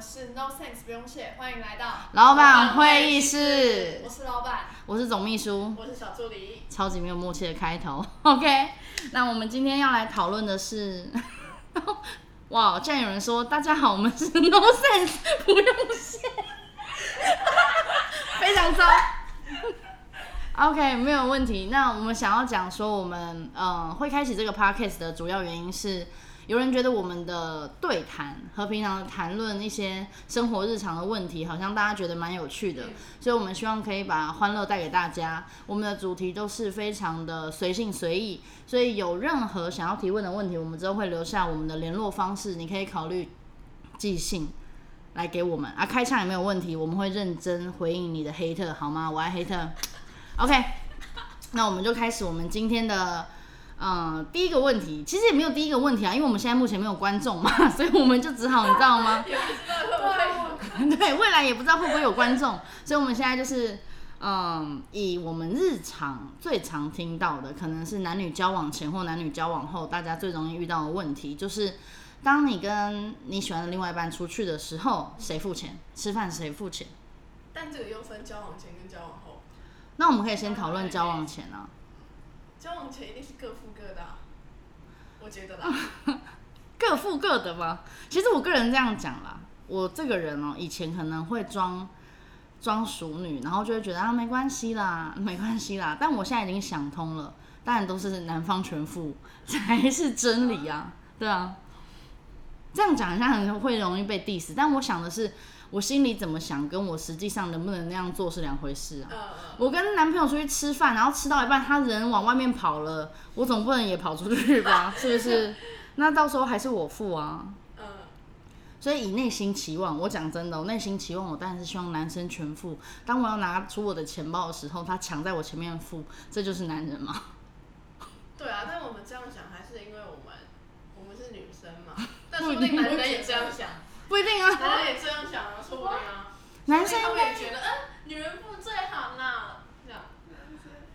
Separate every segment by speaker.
Speaker 1: 是 No Thanks 不用谢，欢迎来到
Speaker 2: 老板会议室
Speaker 1: 我是老板，
Speaker 2: 我是总秘书，
Speaker 1: 我是小助理。
Speaker 2: 超级没有默契的开头。OK，那我们今天要来讨论的是， 哇，竟然有人说大家好，我们是 No Sense，不用谢， 非常糟。OK，没有问题。那我们想要讲说，我们嗯、呃会开启这个 podcast 的主要原因是，有人觉得我们的对谈和平常的谈论一些生活日常的问题，好像大家觉得蛮有趣的，所以我们希望可以把欢乐带给大家。我们的主题都是非常的随性随意，所以有任何想要提问的问题，我们之后会留下我们的联络方式，你可以考虑寄信。来给我们啊，开唱也没有问题，我们会认真回应你的黑特，好吗？我爱黑特。OK，那我们就开始我们今天的呃第一个问题，其实也没有第一个问题啊，因为我们现在目前没有观众嘛， 所以我们就只好你知道吗？
Speaker 1: 也不知道会不会
Speaker 2: 对，未来也不知道会不会有观众，所以我们现在就是。嗯，以我们日常最常听到的，可能是男女交往前或男女交往后，大家最容易遇到的问题，就是当你跟你喜欢的另外一半出去的时候，谁付钱？吃饭谁付钱？
Speaker 1: 但这个又分交往前跟交往后，
Speaker 2: 那我们可以先讨论交往前啊。
Speaker 1: 交往前一定是各付各的啊、我觉得啦。
Speaker 2: 各付各的吗？其实我个人这样讲啦，我这个人哦、以前可能会装装熟女，然后就会觉得啊没关系啦，没关系啦。但我现在已经想通了，当然都是男方全付 才是真理啊，对啊。这样讲好像很会容易被 diss，但我想的是，我心里怎么想，跟我实际上能不能那样做是两回事啊。
Speaker 1: 呃，
Speaker 2: 我跟男朋友出去吃饭，然后吃到一半，他人往外面跑了，我总不能也跑出去吧？是不 是？那到时候还是我付啊。
Speaker 1: 呃，
Speaker 2: 所以以内心期望，我讲真的，我内心期望，我当然是希望男生全付。当我要拿出我的钱包的时候，他抢在我前面付，这就是男人嘛？
Speaker 1: 对啊，但我们这样想还是因为我们我们是女生 嘛，但说不定男人也这样想，
Speaker 2: 不一定啊，
Speaker 1: 男人也这样想啊，说不定啊，
Speaker 2: 男生
Speaker 1: 说
Speaker 2: 应
Speaker 1: 不定他
Speaker 2: 该啊
Speaker 1: 们也觉得，嗯、女人付最好啦，这样。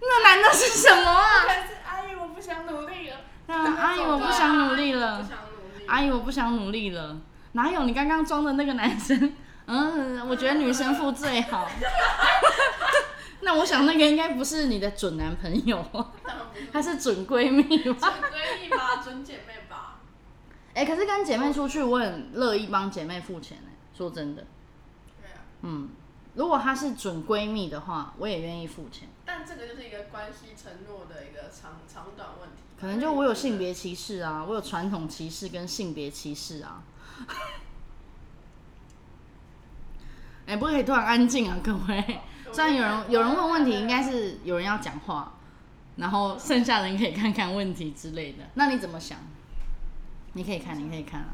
Speaker 2: 那男的是什么啊？
Speaker 1: 但是阿姨，我不想努力了。
Speaker 2: 啊阿姨，我不想努力
Speaker 1: 不
Speaker 2: 了。
Speaker 1: 想努力。
Speaker 2: 阿哎姨，我不想努力了。哪有你刚刚装的那个男生？ 嗯，我觉得女生付最好。 那我想那个应该不是你的准男朋友，
Speaker 1: 当然不是
Speaker 2: 他是准闺蜜吧？
Speaker 1: 准闺蜜吧，准姐妹吧。
Speaker 2: 哎、可是跟姐妹出去，我很乐意帮姐妹付钱、欸、说真的，
Speaker 1: 对啊，
Speaker 2: 嗯，如果她是准闺蜜的话，我也愿意付钱。
Speaker 1: 但这个就是一个关系承诺的一个长长短问题。
Speaker 2: 可能就我有性，别歧视啊，我有传统歧视跟性别歧视啊。 哎、不可以突然安静啊，各位。虽然有人有人问问题，应该是有人要讲话，然后剩下的人可以看看问题之类的。那你怎么想？你可以看，你可以看啊。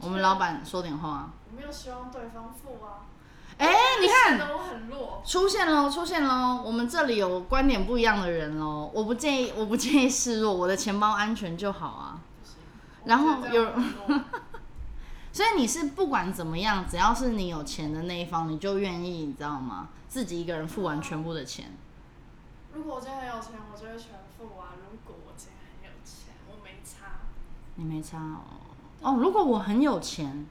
Speaker 2: 我们老，板说点话、啊。
Speaker 3: 我没有希望对方付啊。
Speaker 2: 哎、你看
Speaker 3: 显，得我很弱，
Speaker 2: 出现喽，出现喽！我们这里有观点不一样的人喽。我不建议，我不建议示弱，我的钱包安全就好啊。然后有 所以你是不管怎么样，只要是你有钱的那一方，你就愿意，你知道吗？自己一个人付完全部的钱。
Speaker 3: 如果我今天很有钱，我就会全付啊。如果我今天很有钱，我没差。
Speaker 2: 你没差哦。哦，如果我很有钱，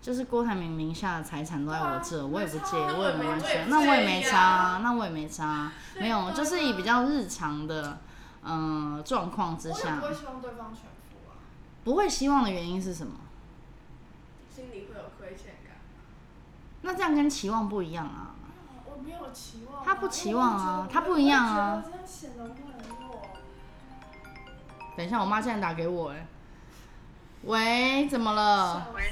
Speaker 2: 就是郭台铭名下的财产都在我这，
Speaker 3: 对啊
Speaker 2: 我也不介意，
Speaker 3: 没差啊
Speaker 2: 我也没关系啊，
Speaker 1: 那
Speaker 2: 那
Speaker 1: 我
Speaker 2: 我也
Speaker 1: 也不介意啊
Speaker 2: 没差啊，那我也没差啊，
Speaker 3: 对
Speaker 2: 没有，
Speaker 3: 对
Speaker 2: 就是以比较日常的嗯、呃状况之
Speaker 3: 我也
Speaker 2: 下
Speaker 3: 不，会希望对方全付啊。
Speaker 2: 不会希望的原因是什么？
Speaker 1: 心里会有亏欠感。
Speaker 2: 那这样跟期望不一样啊。
Speaker 3: 哦我没有期望啊、
Speaker 2: 他不期望啊
Speaker 3: 因为我觉得
Speaker 2: 他不一样
Speaker 3: 我
Speaker 2: 啊
Speaker 3: 觉得这样显得我很弱。
Speaker 2: 等一下，我妈现在打给我、哎，喂，怎么了？
Speaker 3: 笑死
Speaker 4: 喂，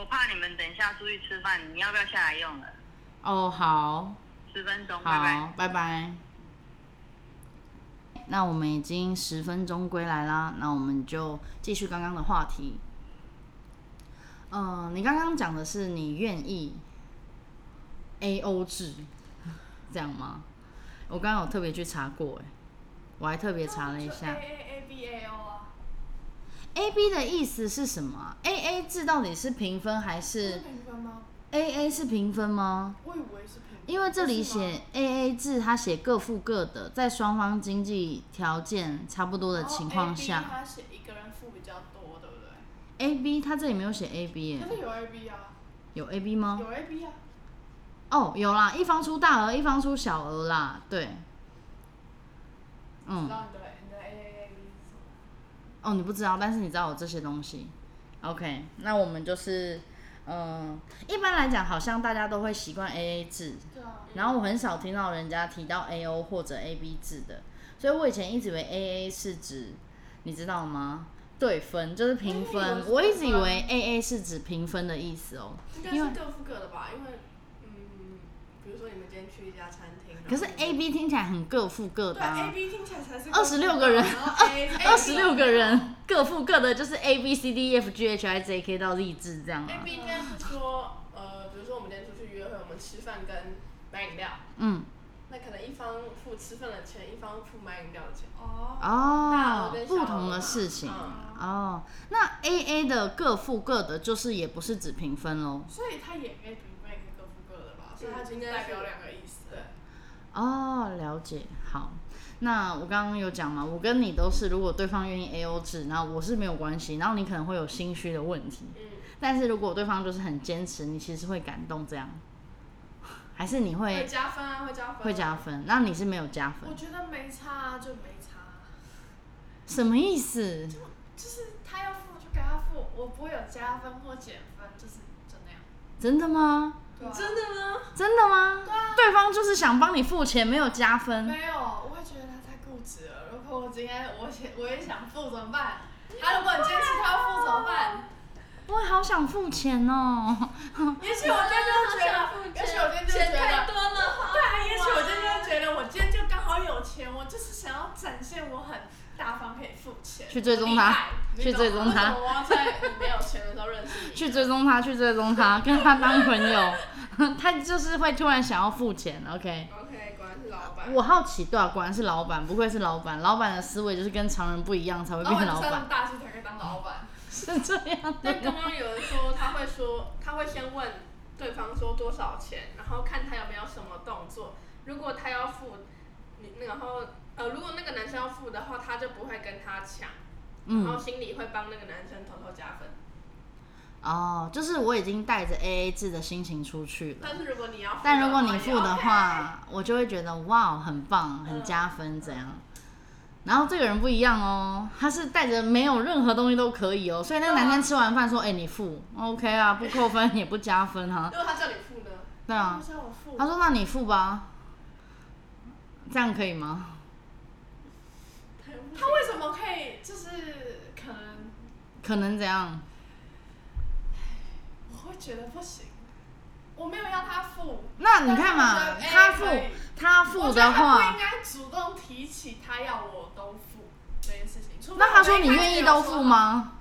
Speaker 4: 我怕你们等一下出去吃饭，你要不要下来用了？
Speaker 2: 哦，好，
Speaker 4: 十分钟，
Speaker 2: 好，
Speaker 4: 拜拜。
Speaker 2: 拜拜。那我们已经十分钟归来啦，那我们就继续刚刚的话题。嗯、你刚刚讲的是你愿意 A O 制，这样吗？我刚刚有特别去查过、哎，我还特别查了一下。
Speaker 3: A A A B A O 啊，
Speaker 2: A B 的意思是什么啊？A A 制到底是评分还
Speaker 3: 是
Speaker 2: 是
Speaker 3: 评分吗？
Speaker 2: A A 是评分吗？
Speaker 3: 我以为是评分，
Speaker 2: 因为这里
Speaker 3: 哦不是吗
Speaker 2: 写 A A 制，它写各付各的，在双方经济条件差不多的情况
Speaker 3: 然后哦 A B
Speaker 2: 下
Speaker 3: 他写一个人付比较多，对不对？
Speaker 2: ，A B 它这里没有写 A B 耶
Speaker 3: 可，是有 A B 啊，
Speaker 2: 有 A B 吗？
Speaker 3: 有 A B 啊，
Speaker 2: 哦，有啦，一方出大额，一方出小额啦，对。嗯
Speaker 3: 知，道你的你的 A A A B 是什么？
Speaker 2: 哦，你不知道，但是你知道有这些东西。OK，那我们就是，嗯、一般来讲，好像大家都会习惯 AA 制，
Speaker 3: 对啊，
Speaker 2: 然后我很少听到人家提到 A O 或者 A B 制的，所以我以前一直以为 A A 是指，你知道吗？对分就是平
Speaker 1: 哎
Speaker 2: 分，
Speaker 3: 嗯
Speaker 2: 我一直以为 A A 是指平分的意思哦。
Speaker 1: 应该是各付各的吧，因为嗯，比如说你们今天去一家餐厅，
Speaker 2: 可是 A B 听起来很各付各的、
Speaker 3: 对 A
Speaker 2: 啊，
Speaker 3: B 听起来才是
Speaker 2: 26个人 二
Speaker 3: 二
Speaker 2: 十六个人各付各的，就是 A B C D E F G H I J K 到励志这样
Speaker 1: A
Speaker 2: 啊。
Speaker 1: B 应该是说，呃，比如说我们今天出去约会，我们吃饭跟买饮料，
Speaker 2: 嗯，
Speaker 1: 那可能一方付吃饭的钱，一方付买饮料的钱，
Speaker 3: 哦，
Speaker 1: 大
Speaker 2: 哦
Speaker 1: 额跟，小
Speaker 2: 不
Speaker 1: 额啊嘛
Speaker 2: 同的事情。
Speaker 1: 嗯
Speaker 2: 哦，那 A A 的各付各的，就是也不是指平分喽。
Speaker 3: 所以它也可以平分，也可以各付各的吧，所以它
Speaker 1: 嗯
Speaker 3: 就
Speaker 1: 应该是
Speaker 3: 代表两个意思。
Speaker 1: 对，
Speaker 2: 哦，了解。好，那我刚刚有讲嘛，我跟你都是，如果对方愿意 A O 制，然后我是没有关系，然后你可能会有心虚的问题。
Speaker 1: 嗯，
Speaker 2: 但是如果对方就是很坚持，你其实会感动，这样，还是你
Speaker 1: 会
Speaker 2: 会
Speaker 1: 加分啊，会加分啊，
Speaker 2: 会加分？那你是没有加
Speaker 3: 我
Speaker 2: 分，
Speaker 3: 觉得没差啊就没差啊，
Speaker 2: 什么意思？
Speaker 3: 就是他要付就给他付，我不会有加分或减分，就是就那样。
Speaker 2: 真的吗？
Speaker 3: 对啊
Speaker 1: 真的吗？
Speaker 2: 真的吗？对方就是想帮你付钱，没有加
Speaker 3: 啊
Speaker 2: 分。
Speaker 3: 没有，我会觉得他太固执了。如果我今天我想我也想付怎么办？他如果很坚持他要付怎么办？
Speaker 2: 我也好想付钱哦。
Speaker 3: 也许我今天就觉
Speaker 1: 啊
Speaker 3: 得，也许我今天就觉
Speaker 1: 钱太
Speaker 3: 得，
Speaker 1: 多了，
Speaker 3: 对啊，也许我今天就觉得我今天就刚好有钱，我就是想要展现我很大方可以付钱。
Speaker 2: 去追踪他
Speaker 3: 厉害
Speaker 2: 去追踪他
Speaker 1: 为什么我要在你没有钱的时候认识你，
Speaker 2: 去追踪他，去追踪他， 跟他当朋友， 他就是会突然想要付钱。OK，
Speaker 1: ，OK，果然是老板，
Speaker 2: 我好奇，对啊，果然是老板，不愧是老板，老板的思维就是跟常人不一样才会
Speaker 3: 老板
Speaker 2: 变
Speaker 3: 就
Speaker 2: 老
Speaker 3: 是要
Speaker 2: 板
Speaker 3: 当，大师才可以当老板。
Speaker 2: 是这样的
Speaker 1: 但刚刚有人说他会说，他会先问对方说多少钱，然后看他有没有什么动作。如果他要付，你那然后呃，如果那个男生要付的话，他就不会跟他抢，然后
Speaker 2: 嗯，
Speaker 1: 心里会帮那个男生偷偷加分。
Speaker 2: 哦，就是我已经带着 AA 制的心情出去了，
Speaker 1: 但是如果你要付的话，
Speaker 2: 但如果你付
Speaker 1: 也
Speaker 2: 的
Speaker 1: OK，
Speaker 2: 话，我就会觉得哇，很棒，很加分这样。然后这个人不一样哦，他是带着没有任何东西都可以哦，所以那个男生吃完饭说：“哎、你付，OK 啊，不扣分也不加分啊。
Speaker 1: 如果他叫你付呢？”
Speaker 2: 对啊
Speaker 3: 不，是要我付，
Speaker 2: 他说：“那你付吧。”这样可以吗？
Speaker 3: 他为什么可以？就是可能
Speaker 2: 可能怎样？
Speaker 3: 我会觉得不行，我没有要他付。
Speaker 2: 那你看嘛
Speaker 3: 但，是
Speaker 2: 他
Speaker 3: 我
Speaker 2: 付
Speaker 3: 觉得 AA 可以哎
Speaker 2: 他付的
Speaker 3: 我觉得他不
Speaker 2: 话
Speaker 3: 应，该主动提起他要我都付这件事情。除非
Speaker 2: 那他说
Speaker 3: 我
Speaker 2: 你
Speaker 3: 一开始
Speaker 2: 愿意
Speaker 3: 有
Speaker 2: 都
Speaker 3: 说
Speaker 2: 付？吗？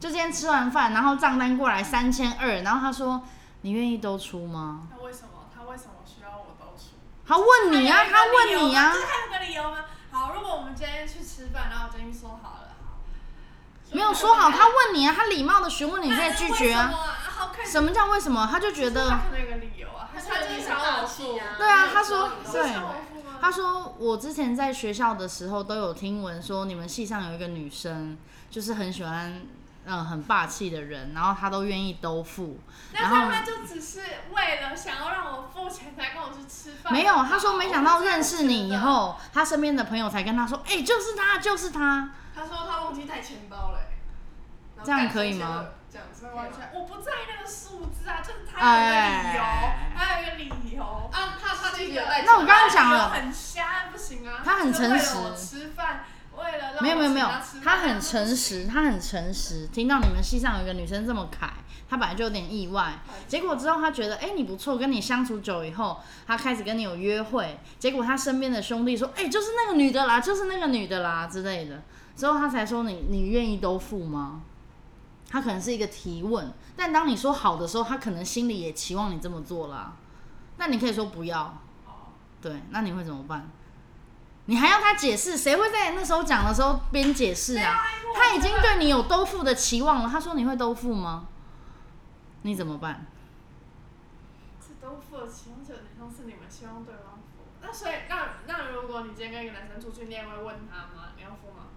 Speaker 2: 就今天吃完饭，然后账单过来三千二，然后他说你愿意都出吗？
Speaker 3: 他为什么？他为什么需要我都出？
Speaker 2: 他问你呀、
Speaker 3: 有一个
Speaker 2: 他
Speaker 3: 理由
Speaker 2: 问
Speaker 3: 吗
Speaker 2: 你啊呀、
Speaker 3: 就是哎他有个啊理由吗？好，如果我们今天去吃饭，然后我今天说好了，好，
Speaker 2: 没有说好，他问你啊，他礼貌的询问你，你
Speaker 3: 那
Speaker 2: 再
Speaker 3: 是哎
Speaker 2: 拒
Speaker 3: 为
Speaker 2: 绝
Speaker 3: 什
Speaker 2: 啊
Speaker 3: 么。好看，
Speaker 2: 什么叫为什么？他就觉
Speaker 3: 他
Speaker 2: 得，
Speaker 3: 可能有个理由啊，还是他就是想要我付？
Speaker 2: 对啊他说
Speaker 3: 是
Speaker 2: 对
Speaker 3: 想要我付吗？
Speaker 2: 他说我之前在学校的时候都有听闻说，你们系上有一个女生，就是很喜欢，嗯、很霸气的人，然后她都愿意都付，
Speaker 3: 那
Speaker 2: 然
Speaker 3: 他
Speaker 2: 后
Speaker 3: 们就只是为了想要让我付钱才跟我去吃饭？
Speaker 2: 没有，他说没想到认识你以
Speaker 3: 我不知道
Speaker 2: 后，他身边的朋友才跟他说，哎、就是他，就是他。
Speaker 1: 他说他忘记带钱包了、欸然后
Speaker 2: 这样
Speaker 1: 带
Speaker 2: 可以
Speaker 1: 出去
Speaker 2: 吗
Speaker 1: 了？这样子
Speaker 3: 所以
Speaker 1: 可以
Speaker 3: 完
Speaker 1: 吗
Speaker 3: 全我不在意那个数字啊，就是
Speaker 2: 哎
Speaker 3: 他有一个理由，他有一个理由。
Speaker 1: 啊，他他自己有带钱
Speaker 2: 那我刚刚讲了
Speaker 3: 很瞎，不行啊。
Speaker 2: 他很诚
Speaker 3: 为
Speaker 2: 实
Speaker 3: 了我吃饭，为了让
Speaker 2: 没有没有没有
Speaker 3: 我请，
Speaker 2: 他
Speaker 3: 他
Speaker 2: 很诚实，他很诚实。听到你们系上有一个女生这么凯，他本来就有点意外。结果之后他觉得，哎、你不错，跟你相处久以后，他开始跟你有约会。结果他身边的兄弟说，哎、就是那个女的啦，就是那个女的啦之类的。之后他才说你，你愿意都付吗？他可能是一个提问，但当你说好的时候，他可能心里也期望你这么做啦。那你可以说不要，
Speaker 3: 哦
Speaker 2: 对，那你会怎么办？你还要他解释，谁会在那时候讲的时候边解释啊？他已经对你有都付的期望了，他说你会都付吗？你怎么办？
Speaker 3: 这都付了期望，就有点像是你们希望对方付。那所以，那那如果你今天跟一个男生出去，你也会问他吗？你要付吗？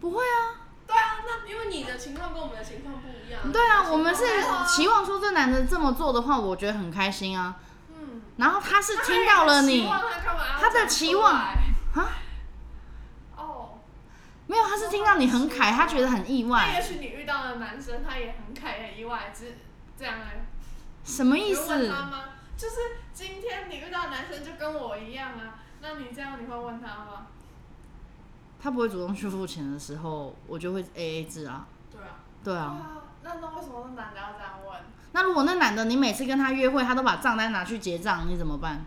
Speaker 2: 不会啊，
Speaker 1: 对啊，那因为你的情况跟我们的情况不一样。
Speaker 2: 对啊，我们是期望说这男的这么做的话，我觉得很开心啊。
Speaker 3: 嗯，
Speaker 2: 然后他是听到了你，
Speaker 3: 那他干嘛要
Speaker 2: 他的
Speaker 3: 讲
Speaker 2: 期
Speaker 3: 出
Speaker 2: 望
Speaker 3: 来
Speaker 2: 啊，
Speaker 3: 哦，
Speaker 2: 没有，他是听到你很凯，他觉得很意
Speaker 3: 那也
Speaker 2: 外，
Speaker 3: 许你遇到的男生他也很凯很意外，只是这样哎、
Speaker 2: 什么意
Speaker 3: 你会问
Speaker 2: 思？
Speaker 3: 他吗？就是今天你遇到的男生就跟我一样啊，那你这样你会问他吗？
Speaker 2: 他不会主动去付钱的时候，我就会 A A 制啊。
Speaker 1: 对啊，
Speaker 2: 对
Speaker 3: 对
Speaker 2: 啊，
Speaker 3: 啊，那那为什么是男的要这样问？
Speaker 2: 那如果那男的你每次跟他约会，他都把账单拿去结账，你怎么办？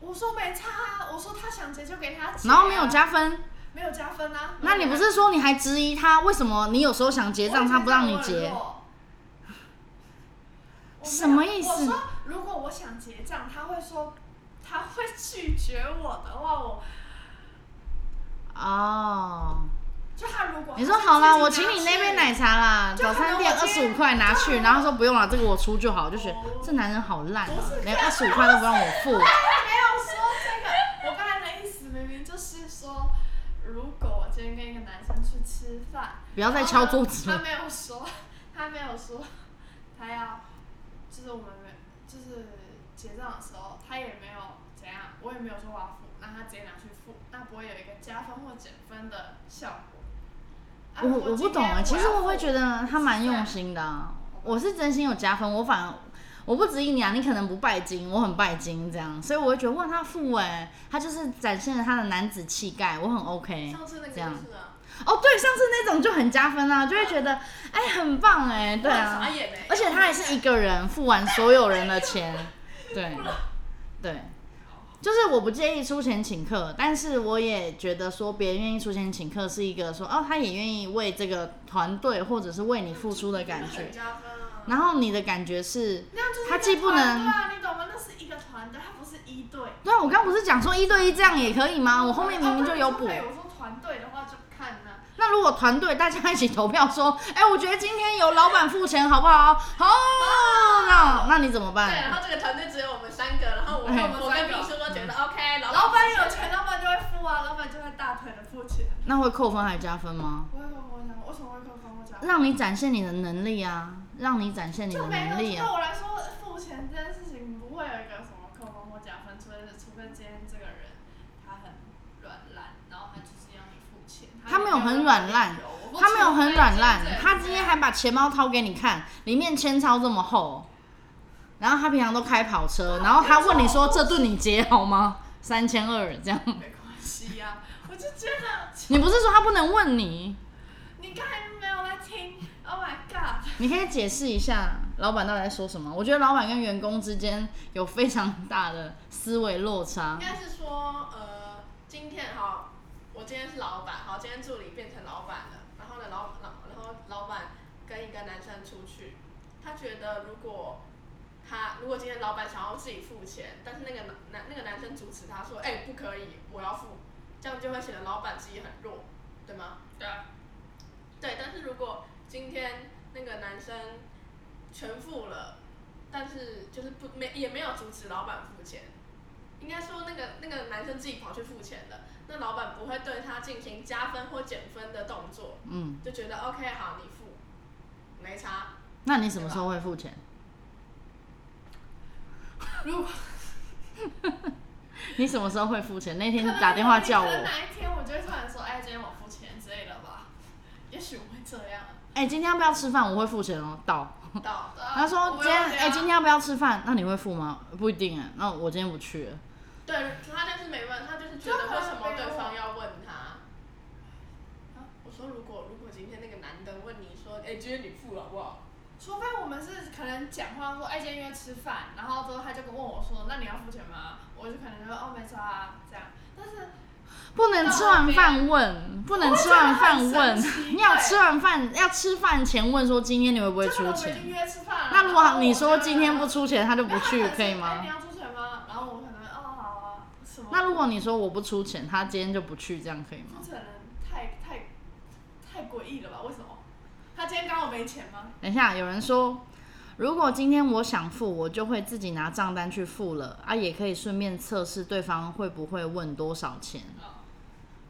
Speaker 3: 我说没差啊，我说他想结就给他结、啊，
Speaker 2: 然后没有，加分，
Speaker 3: 没有加分啊。
Speaker 2: 那你不是说你还质疑他为什么你有时候想结账他不让你结？
Speaker 3: 我没有
Speaker 2: 什么意思
Speaker 3: 我说如果我想结账，他会说他会拒绝我的话，我
Speaker 2: 哦，
Speaker 3: 就他如果
Speaker 2: 你说好啦，
Speaker 3: 他
Speaker 2: 我
Speaker 3: 自己
Speaker 2: 请
Speaker 3: 拿去
Speaker 2: 你那边奶茶啦，
Speaker 3: 就
Speaker 2: 早餐
Speaker 3: 可能
Speaker 2: 店二
Speaker 3: 我今
Speaker 2: 十
Speaker 3: 天
Speaker 2: 五块拿
Speaker 3: 就可
Speaker 2: 去，
Speaker 3: 能
Speaker 2: 然后说不用了，这个我出就好，就觉得
Speaker 3: 哦
Speaker 2: 这男人好烂啊
Speaker 3: 不是，
Speaker 2: 连二十五块都不让我付。
Speaker 3: 没有说这个，我刚才的意思明明就是说，如果我今天跟一个男生去吃饭，
Speaker 2: 不要再敲桌子
Speaker 3: 然后。呢
Speaker 2: 了
Speaker 3: 他没有说，他没有说，他要，就是我们没，就是结账的时候，他也没有怎样，我也没有说我要付，那他直接拿去付，那不会有一个加分或减分的效果。啊
Speaker 2: 我我不懂啊，其实我会觉，得他蛮
Speaker 3: 对
Speaker 2: 用心的啊、我是真心有加分，我反而我不质疑你啊，你可能不拜金，我很拜金这样，所以我会觉得哇，他富哎、他就是展现了他的男子气概，我很 OK。
Speaker 1: 上次那个
Speaker 2: 哎这样
Speaker 1: 就是啊，
Speaker 2: 哦，对，上次那种就很加分啊，就会觉得哎很棒哎、对
Speaker 1: 我
Speaker 2: 啊
Speaker 1: 很，傻眼哎，
Speaker 2: 而且他还是一个人付完所有人的钱，对对。就是我不介意出钱请客，但是我也觉得说别人愿意出钱请客是一个说哦，他也愿意为这个团队或者是为你付出的感
Speaker 1: 真的
Speaker 2: 觉
Speaker 1: 很。加分啊。
Speaker 2: 然后你的感觉是，
Speaker 3: 那样就是
Speaker 2: 他
Speaker 3: 一个
Speaker 2: 既不
Speaker 3: 团
Speaker 2: 能
Speaker 3: 队啊，你懂吗？那是一个团队，他不是一对。
Speaker 2: 对啊，我刚不是讲说一对一这样也可以啊吗？我后面明明就有补
Speaker 3: 哦。那你说可以我说团队的话就看呢、
Speaker 2: 那如果团队大家一起投票说，哎，我觉得今天由老板付钱好不好？好，那那你怎么
Speaker 1: 对，啊然
Speaker 2: 办？
Speaker 1: 后这个团队只有我们三个，然后我
Speaker 2: 哎
Speaker 1: 跟我跟秘书都觉得 OK，
Speaker 3: 嗯老板有
Speaker 1: 有
Speaker 3: 钱，老板就会付啊，老板就会大腿的付钱。
Speaker 2: 那会扣分还加分吗？
Speaker 3: 我也跟我讲，为什么会跟我讲？
Speaker 2: 让你展现你的能力啊，让你展现你
Speaker 3: 就
Speaker 2: 的
Speaker 3: 没有，
Speaker 2: 能力
Speaker 3: 对
Speaker 2: 啊。
Speaker 3: 我来说，付钱这件事情不会有一个什么扣分或加分，除非除非今天这个人他很软烂，然后他就是要你付钱。
Speaker 2: 他没有很软烂
Speaker 3: 也有我不
Speaker 2: 他没有很软烂
Speaker 3: 承认，
Speaker 2: 他今天还把钱包掏给你看，里面签钞这么厚，然后他平常都开跑车，然后他问你说这顿你结好吗？三千二这样。
Speaker 3: 没关系呀、我就觉得
Speaker 2: 你不是说他不能问你？
Speaker 3: 你刚才没有在听，Oh my god！
Speaker 2: 你可以解释一下老板到底在说什么？我觉得老板跟员工之间有非常大的思维落差
Speaker 1: 应。该是说，呃，今天好，我今天是老板，好，今天助理变成老板了。然后呢，老老然后老板跟一个男生出去，他觉得如果他如果今天老板想要自己付钱，但是那个男男那个男生阻止他说，哎、不可以，我要付，这样就会显得老板自己很弱，对吗？
Speaker 3: 对啊。
Speaker 1: 对，但是如果今天那个男生全付了，但是就是不没也没有阻止老板付钱，应该说那个那个男生自己跑去付钱的，那老板不会对他进行加分或减分的动作，
Speaker 2: 嗯，
Speaker 1: 就觉得 OK 好你付，没差。
Speaker 2: 那你什么时候会付钱？
Speaker 3: 如果
Speaker 2: 你什么时候会付 钱？那天
Speaker 3: 可
Speaker 2: 你
Speaker 3: 能
Speaker 2: 打电话叫我
Speaker 3: 可，能哪一天我就会啊突然说，哎，今天我付钱之类的吧。 也许我会这样。
Speaker 2: 哎、今天要不要吃饭？我会付钱哦，到。
Speaker 1: 到
Speaker 2: 他说
Speaker 3: 我
Speaker 2: 今天
Speaker 3: 有这
Speaker 2: 哎、
Speaker 3: 样啊
Speaker 2: 今天要不要吃饭？那你会付吗？不一定哎、那我今天不去
Speaker 3: 哦
Speaker 2: 了。
Speaker 1: 对他就是没问，他就是觉得为什么对方要问他。啊我说如果如果今天那个男的问你说，哎、今天你付好不好？
Speaker 3: 除非我们是可能讲话说，哎，今天约吃饭，然后之后他就跟问我说，那你要付钱吗？我就可能就说，哦，没差啊，这样。但是
Speaker 2: 不能吃完饭问，不能吃完饭
Speaker 3: 我
Speaker 2: 问
Speaker 3: 会觉得很神奇，
Speaker 2: 你要吃完饭要吃饭前问说今天你会不会
Speaker 3: 就可能我
Speaker 2: 出
Speaker 3: 们已经
Speaker 2: 钱？
Speaker 3: 约吃饭了。
Speaker 2: 那如
Speaker 3: 然
Speaker 2: 果
Speaker 3: 后
Speaker 2: 你
Speaker 3: 我
Speaker 2: 说
Speaker 3: 就
Speaker 2: 今天不出钱，他就
Speaker 3: 没
Speaker 2: 不
Speaker 3: 有他可
Speaker 2: 去，
Speaker 3: 能是
Speaker 2: 可以
Speaker 3: 哎
Speaker 2: 吗
Speaker 3: 你？要出钱吗？然后我可能哦，好啊，什么？
Speaker 2: 那如果你说我不出钱，他今天就不去，这样可以吗
Speaker 3: 不？可能太太太诡异了吧？为什么？他今天刚好没钱吗？
Speaker 2: 等一下，有人说，如果今天我想付，我就会自己拿账单去付了啊，也可以顺便测试对方会不会问多少钱。
Speaker 3: 哦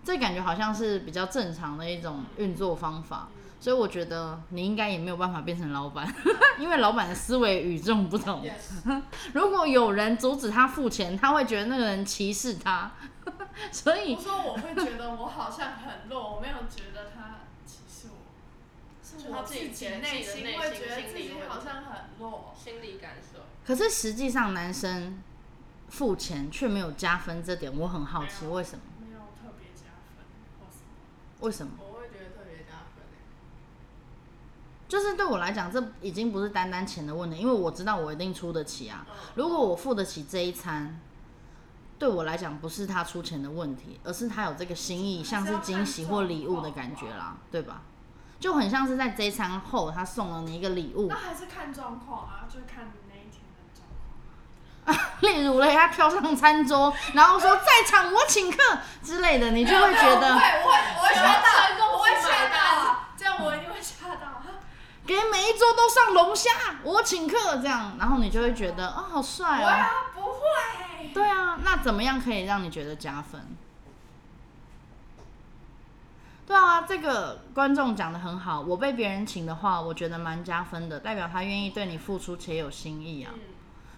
Speaker 2: 这感觉好像是比较正常的一种运作方法。所以我觉得你应该也没有办法变成老板， 因为老板的思维与众不同。
Speaker 3: Yes，
Speaker 2: 如果有人阻止他付钱，他会觉得那个人歧视他， 所以
Speaker 3: 我说我会觉得我好像很弱，我没有觉得他歧视我，是
Speaker 1: 就他
Speaker 3: 我
Speaker 1: 自己
Speaker 3: 己
Speaker 1: 觉得
Speaker 3: 内
Speaker 1: 自己的内
Speaker 3: 会
Speaker 1: 心
Speaker 3: 觉得
Speaker 1: 心
Speaker 3: 自
Speaker 1: 理
Speaker 3: 己
Speaker 1: 问
Speaker 3: 好
Speaker 1: 题
Speaker 3: 像很弱。
Speaker 1: 心理感受。
Speaker 2: 可是实际上男生付钱却没有加分，这点我很好奇，
Speaker 3: 没有
Speaker 2: 为什么？
Speaker 3: 没有特别加分或什么。
Speaker 2: 为什么？
Speaker 1: 我会觉得特别加分欸
Speaker 2: 就是对我来讲，这已经不是单单钱的问题，因为我知道我一定出得起啊。
Speaker 1: 嗯
Speaker 2: 如果我付得起这一餐，对我来讲不是他出钱的问题，而是他有这个心意，像是惊喜或礼物的感觉啦，对吧？就很像是在这一餐后，他送了你一个礼 物
Speaker 3: 那，还是看状况啊，就看那一天的状况。
Speaker 2: 例如嘞，他飘上餐桌，然后说在场我请客之类 的，你就会觉
Speaker 3: 我
Speaker 2: 得
Speaker 3: 会，我会，我会吓
Speaker 1: 成功
Speaker 3: 到，我会
Speaker 1: 出
Speaker 3: 吓
Speaker 1: 卖
Speaker 3: 到，这样我一定会吓到。
Speaker 2: 给每一桌都上龙虾，我请客这样，然后你就会觉得啊、好帅
Speaker 3: 我
Speaker 2: 哦。
Speaker 3: 啊呀，不会。
Speaker 2: 对啊，那怎么样可以让你觉得加分？对啊，这个观众讲的很好。我被别人请的话，我觉得蛮加分的，代表他愿意对你付出且有心意啊。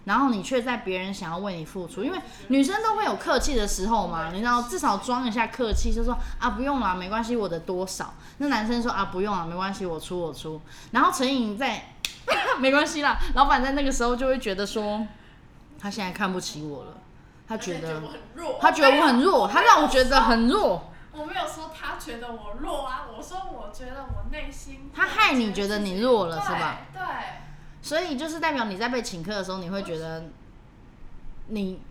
Speaker 2: 然后你却在别人想要为你付出，因为女生都会有客气的时候嘛，你知道，至少装一下客气，就说啊不用啦，没关系，我的多少。那男生说啊不用啦，没关系，我出我出。然后陈颖在 没关系啦，老板在那个时候就会觉得说，他现在看不起我了，他
Speaker 1: 而且
Speaker 2: 觉得
Speaker 1: 我很弱，
Speaker 2: 他觉得我很弱，他让我觉得很弱。
Speaker 3: 我没有说他觉得我弱啊，我说我觉得我内心。
Speaker 2: 他害你觉得你弱了是吧？
Speaker 3: 对？对，
Speaker 2: 所以就是代表你在被请客的时候，你会觉得你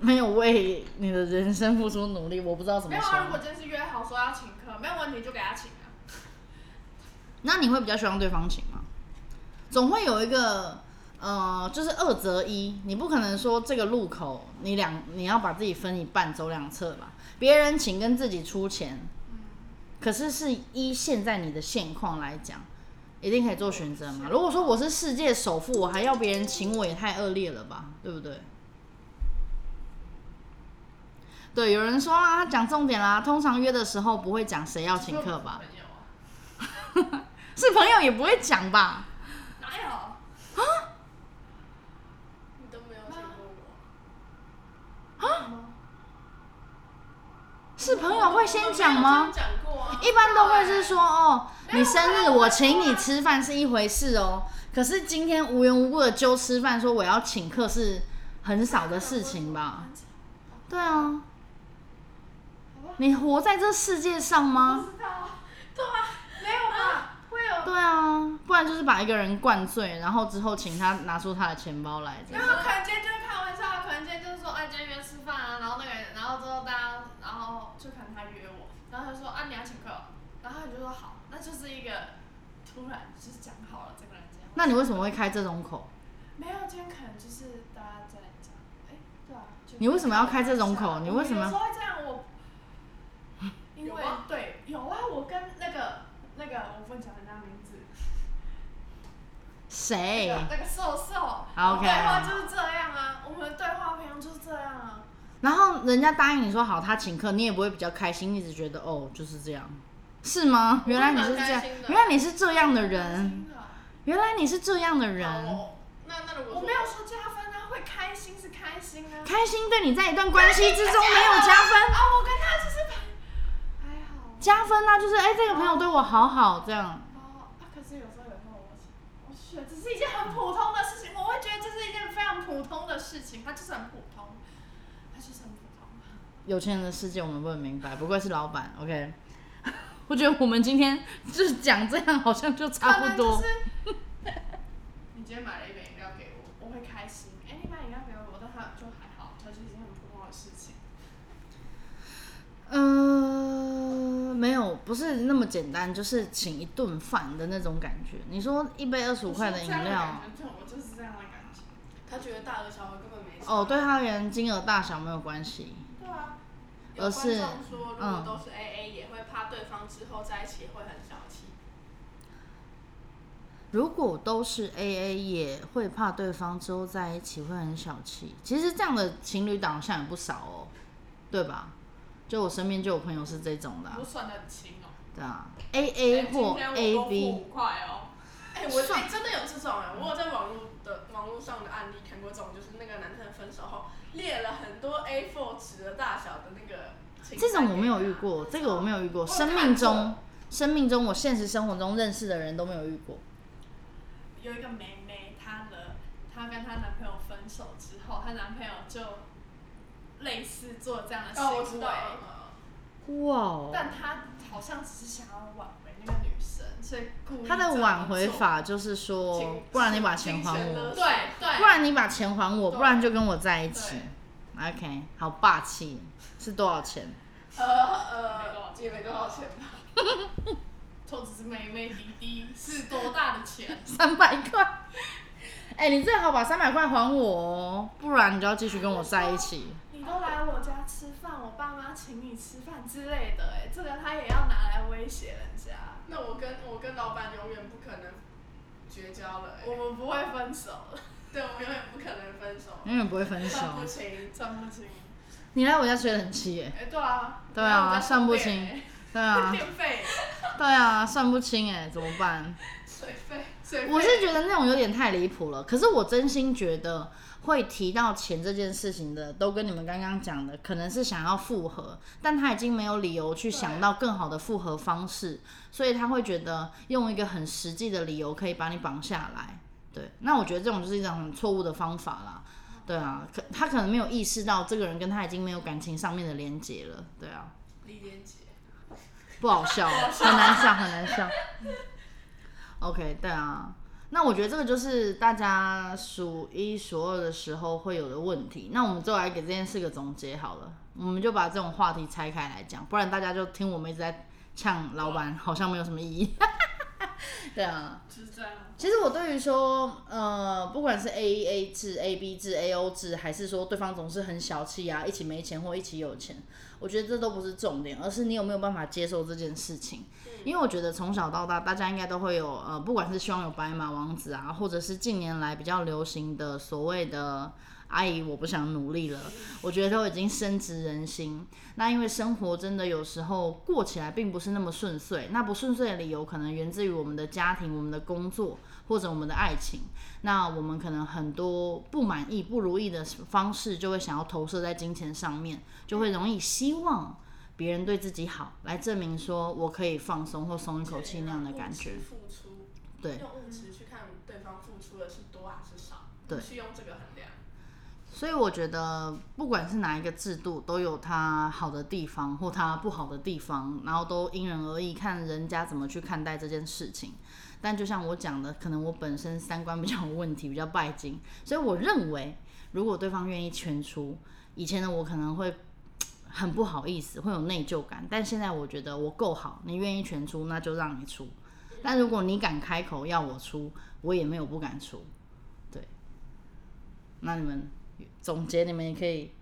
Speaker 2: 没有为你的人生付出努力，我不知道怎
Speaker 3: 没
Speaker 2: 么
Speaker 3: 有啊。如果
Speaker 2: 说。
Speaker 3: 今天是约好说要请客，没有问题就给他请啊。
Speaker 2: 那你会比较希望对方请吗？总会有一个呃，就是二择一，你不可能说这个路口你两你要把自己分一半走两侧吧，别人请跟自己出钱，
Speaker 3: 嗯
Speaker 2: 可是是依现在你的现况来讲，一定可以做选择嘛。如果说我是世界首富，我还要别人请我，也太恶劣了吧，对不对？对，有人说啦，他讲重点啦。通常约的时候不会讲谁要请客吧？
Speaker 3: 朋友啊，
Speaker 2: 是朋友也不会讲吧？
Speaker 3: 哪有？
Speaker 1: 你都没有请过我，
Speaker 2: 啊是朋友会先讲吗
Speaker 1: 我没有？这样讲过啊，
Speaker 2: 一般都会是说哦，
Speaker 3: 没有
Speaker 2: 你生
Speaker 3: 没
Speaker 2: 日
Speaker 3: 有
Speaker 2: 我请你吃饭是一回事哦，可是今天无缘无故的揪吃饭，说我要请客是很少的事情吧？对啊，你活在这世界上吗？
Speaker 3: 知道，对啊，没有
Speaker 1: 哎
Speaker 3: 吧？会有，
Speaker 2: 对啊，不然就是把一个人灌醉，然后之后请他拿出他的钱包来这
Speaker 3: 啊然
Speaker 2: 样。
Speaker 3: 后可能今天就是开玩笑，可能今天就是说，哎，今天约吃饭啊，然后那个人，然后之后大家，然后就可能他约我，然后他就说，啊，你要请客，然后你就说好，那就是一个突然就是讲好了，这个人这样，
Speaker 2: 那你为什么会开这种口？
Speaker 3: 没有，今天可能就是大家在讲，哎，对啊，就
Speaker 2: 你为什么要开这种口你为什么
Speaker 3: 有时候会这样， 我因
Speaker 1: 有
Speaker 3: 为
Speaker 1: 吗
Speaker 3: 对有啊，我跟那个那个我不讲人家名字。
Speaker 2: 谁？
Speaker 3: 那个瘦瘦，
Speaker 2: 哎好，OK
Speaker 3: 对话就是这样啊，我们的对话平常就是这样啊。
Speaker 2: 然后人家答应你说好，他请客，你也不会比较开心，一直觉得哦就是这样，是吗？
Speaker 1: 我会
Speaker 2: 原来你是
Speaker 1: 蛮
Speaker 2: 这样
Speaker 1: 开心，的
Speaker 2: 原来你是这样的人，
Speaker 3: 真的啊
Speaker 2: 原来你是这样的
Speaker 1: 好
Speaker 2: 人。
Speaker 1: 哦那那如果
Speaker 3: 我没有说加分啊，会开心是开心啊。
Speaker 2: 开心对你在一段关系之中没有加分，
Speaker 3: 啊，我跟他就是还好
Speaker 2: 加分那、就是哎、这个朋友对我好好这样。
Speaker 3: 啊，啊可是有时候有时候我我去，只是一件很普通的事情，我会觉得这是一件非常普通的事情，它就是很普通，它就是很普通。
Speaker 2: 有钱人的世界我们不能明白，不愧是老板，OK。我觉得我们今天就是讲这样，好像就差
Speaker 3: 可能
Speaker 2: 不
Speaker 3: 就
Speaker 2: 多。
Speaker 3: 是你今天买了一杯饮料给我，我会开心。哎、你买饮料给我，但它就还好，它就是一件很普通的事情。
Speaker 2: 呃，没有，不是那么简单，就是请一顿饭的那种感觉。你说一杯二十五块的饮料，
Speaker 3: 就我就是这样的感觉。
Speaker 1: 他觉得大和小我根本没差
Speaker 2: 哦，对，他而言金额大小没有关系。
Speaker 3: 对啊，
Speaker 1: 有
Speaker 2: 而
Speaker 1: 观
Speaker 2: 是
Speaker 1: 众说如果
Speaker 2: 嗯
Speaker 1: 都是 A A 也会怕对方之后在一起会很小气，
Speaker 2: 如果都是 A A，也会怕对方之后在一起会很小气。其实这样的情侣档好像也不少哦，对吧？就我身边就有朋友是这种的啊、
Speaker 3: 我算得很清哦。
Speaker 2: 对啊，A A
Speaker 5: 哎
Speaker 2: 或
Speaker 5: 今天
Speaker 2: A
Speaker 5: 我多付
Speaker 2: B，
Speaker 5: 五块哦，
Speaker 1: 哎、我
Speaker 2: 算
Speaker 1: 哎、真的有这种哎、我有在网络的网络上的案例看过这种，就是那个男生分手后列了很多 A4 纸的大小的那个啊清单给他。
Speaker 2: 这种我没有遇过，这个我没有遇过，
Speaker 1: 有
Speaker 2: 生
Speaker 1: 看
Speaker 2: 命
Speaker 1: 过
Speaker 2: 中生命中我现实生活中认识的人都没有遇过。
Speaker 3: 有一个妹妹，她的她跟她男朋友分手之后，她男朋友就类似做这样的
Speaker 1: 哦，
Speaker 3: 行
Speaker 1: 我知
Speaker 3: 为，
Speaker 1: 道了。
Speaker 2: 哇哦，
Speaker 3: 但她好像只是想要挽回那个女生，所以故意
Speaker 2: 他的
Speaker 3: 这样
Speaker 2: 挽回
Speaker 3: 做
Speaker 2: 法就是说
Speaker 1: 金，
Speaker 2: 哦不然你把钱
Speaker 1: 金
Speaker 2: 还
Speaker 1: 钱
Speaker 2: 我
Speaker 1: 勒，
Speaker 3: 对对，
Speaker 2: 不然你把钱还我，
Speaker 3: 对
Speaker 2: 不然就跟我在一起
Speaker 3: 对。
Speaker 2: OK，好霸气，是多少钱？
Speaker 1: 呃呃，也没多少钱吧。
Speaker 3: 臭只是妹妹滴滴是 多大的钱？
Speaker 2: 三百块。 哎、你最好把三百块还我哦，不然你就要继续跟我在一起。
Speaker 3: 你都来我家吃饭，我爸妈请你吃饭之类的、哎，这个他也要拿来威胁人家。
Speaker 1: 那我跟我跟老板永远不可能绝交了、
Speaker 3: 我
Speaker 1: 欸，
Speaker 3: 们不会分手了，
Speaker 1: 对，我们永远不可能分手，
Speaker 3: 哦
Speaker 2: 永远不会分手。
Speaker 1: 算
Speaker 3: 啊
Speaker 1: 不清。
Speaker 3: 算不清。
Speaker 2: 你来我家吹冷气耶？
Speaker 3: 哎、对啊，
Speaker 2: 对啊
Speaker 3: 我在
Speaker 2: 算不
Speaker 3: 充电
Speaker 2: 清对啊
Speaker 3: 哎，电费、
Speaker 2: 对啊，算不清哎，怎么办？
Speaker 1: 水费，水费。
Speaker 2: 我是觉得那种有点太离谱了。可是我真心觉得会提到钱这件事情的，都跟你们刚刚讲的，可能是想要复合，但他已经没有理由去想到更好的复合方式，所以他会觉得用一个很实际的理由可以把你绑下来。对，那我觉得这种就是一种很错误的方法啦。对啊，可他可能没有意识到这个人跟他已经没有感情上面的连接了。对啊，
Speaker 1: 李连杰，
Speaker 2: 不好笑，很难笑，很难笑。OK，对啊，那我觉得这个就是大家数一数二的时候会有的问题。那我们最后来给这件事个总结好了，我们就把这种话题拆开来讲，不然大家就听我们一直在呛老板，好像没有什么意义。 对啊，
Speaker 3: 就是这样。
Speaker 2: 其实我对于说，呃，不管是 A A 制、A B 制、A O 制，还是说对方总是很小气啊，一起没钱或一起有钱，我觉得这都不是重点，而是你有没有办法接受这件事情。因为我觉得从小到大，大家应该都会有，呃，不管是希望有白马王子啊，或者是近年来比较流行的所谓的。阿姨，我不想努力了，我觉得都已经深植人心。那因为生活真的有时候过起来并不是那么顺遂，那不顺遂的理由可能源自于我们的家庭、我们的工作或者我们的爱情。那我们可能很多不满意、不如意的方式，就会想要投射在金钱上面，就会容易希望别人对自己好，来证明说我可以放松或松一口气那样的感觉
Speaker 1: 物质。付出，
Speaker 2: 对
Speaker 1: 用物质去看对方付出的是多还是少，
Speaker 2: 对
Speaker 1: 去用这个衡量。
Speaker 2: 所以我觉得，不管是哪一个制度，都有它好的地方或它不好的地方，然后都因人而异，看人家怎么去看待这件事情。但就像我讲的，可能我本身三观比较有问题，比较拜金，所以我认为，如果对方愿意全出，以前的我可能会嘖很不好意思，会有内疚感。但现在我觉得我够好，你愿意全出，那就让你出。但如果你敢开口要我出，我也没有不敢出。对，那你们总结，你们也可以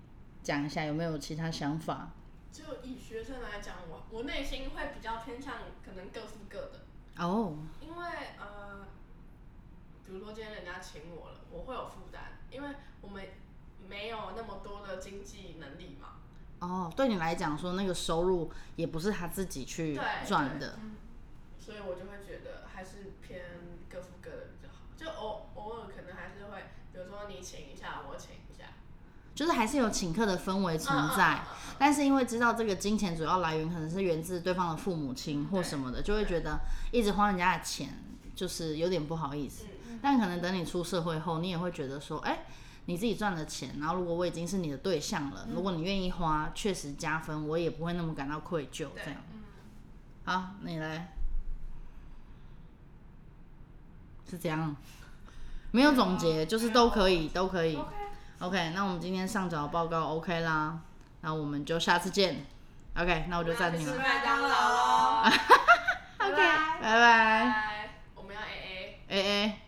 Speaker 2: 讲一下有没有其他想法？
Speaker 1: 就以学生来讲，我我内心会比较偏向可能各付各的，
Speaker 2: 哦，
Speaker 1: 因为呃，比如说今天人家请我了，我会有负担，因为我们没有那么多的经济能力嘛。
Speaker 2: 哦，对你来讲说那个收入也不是他自己去
Speaker 1: 对
Speaker 2: 赚的，
Speaker 3: 嗯
Speaker 1: 所以我就会觉得还是偏各付各的比较好，就偶偶尔可能还是会，比如说你请一下，我请一下，
Speaker 2: 就是还是有请客的氛围存
Speaker 1: 嗯
Speaker 2: 在。
Speaker 1: 嗯嗯嗯
Speaker 2: 但是因为知道这个金钱主要来源可能是源自对方的父母亲或什么的，就会觉得一直花人家的钱就是有点不好意思。但可能等你出社会后，你也会觉得说，哎、你自己赚的钱，然后如果我已经是你的对象了，如果你愿意花，确实加分，我也不会那么感到愧疚。这样，好，你来，是这样，没有总结，就是都可以，都可以。
Speaker 3: OK，
Speaker 2: OK，那我们今天上缴的报告 OK 啦，那我们就下次见。OK，那我就暂停
Speaker 1: 那
Speaker 2: 了啊
Speaker 1: 就。是麦当劳喽，
Speaker 3: 拜拜。
Speaker 2: 拜拜。哎
Speaker 1: 拜，我们要 A A。
Speaker 2: A A。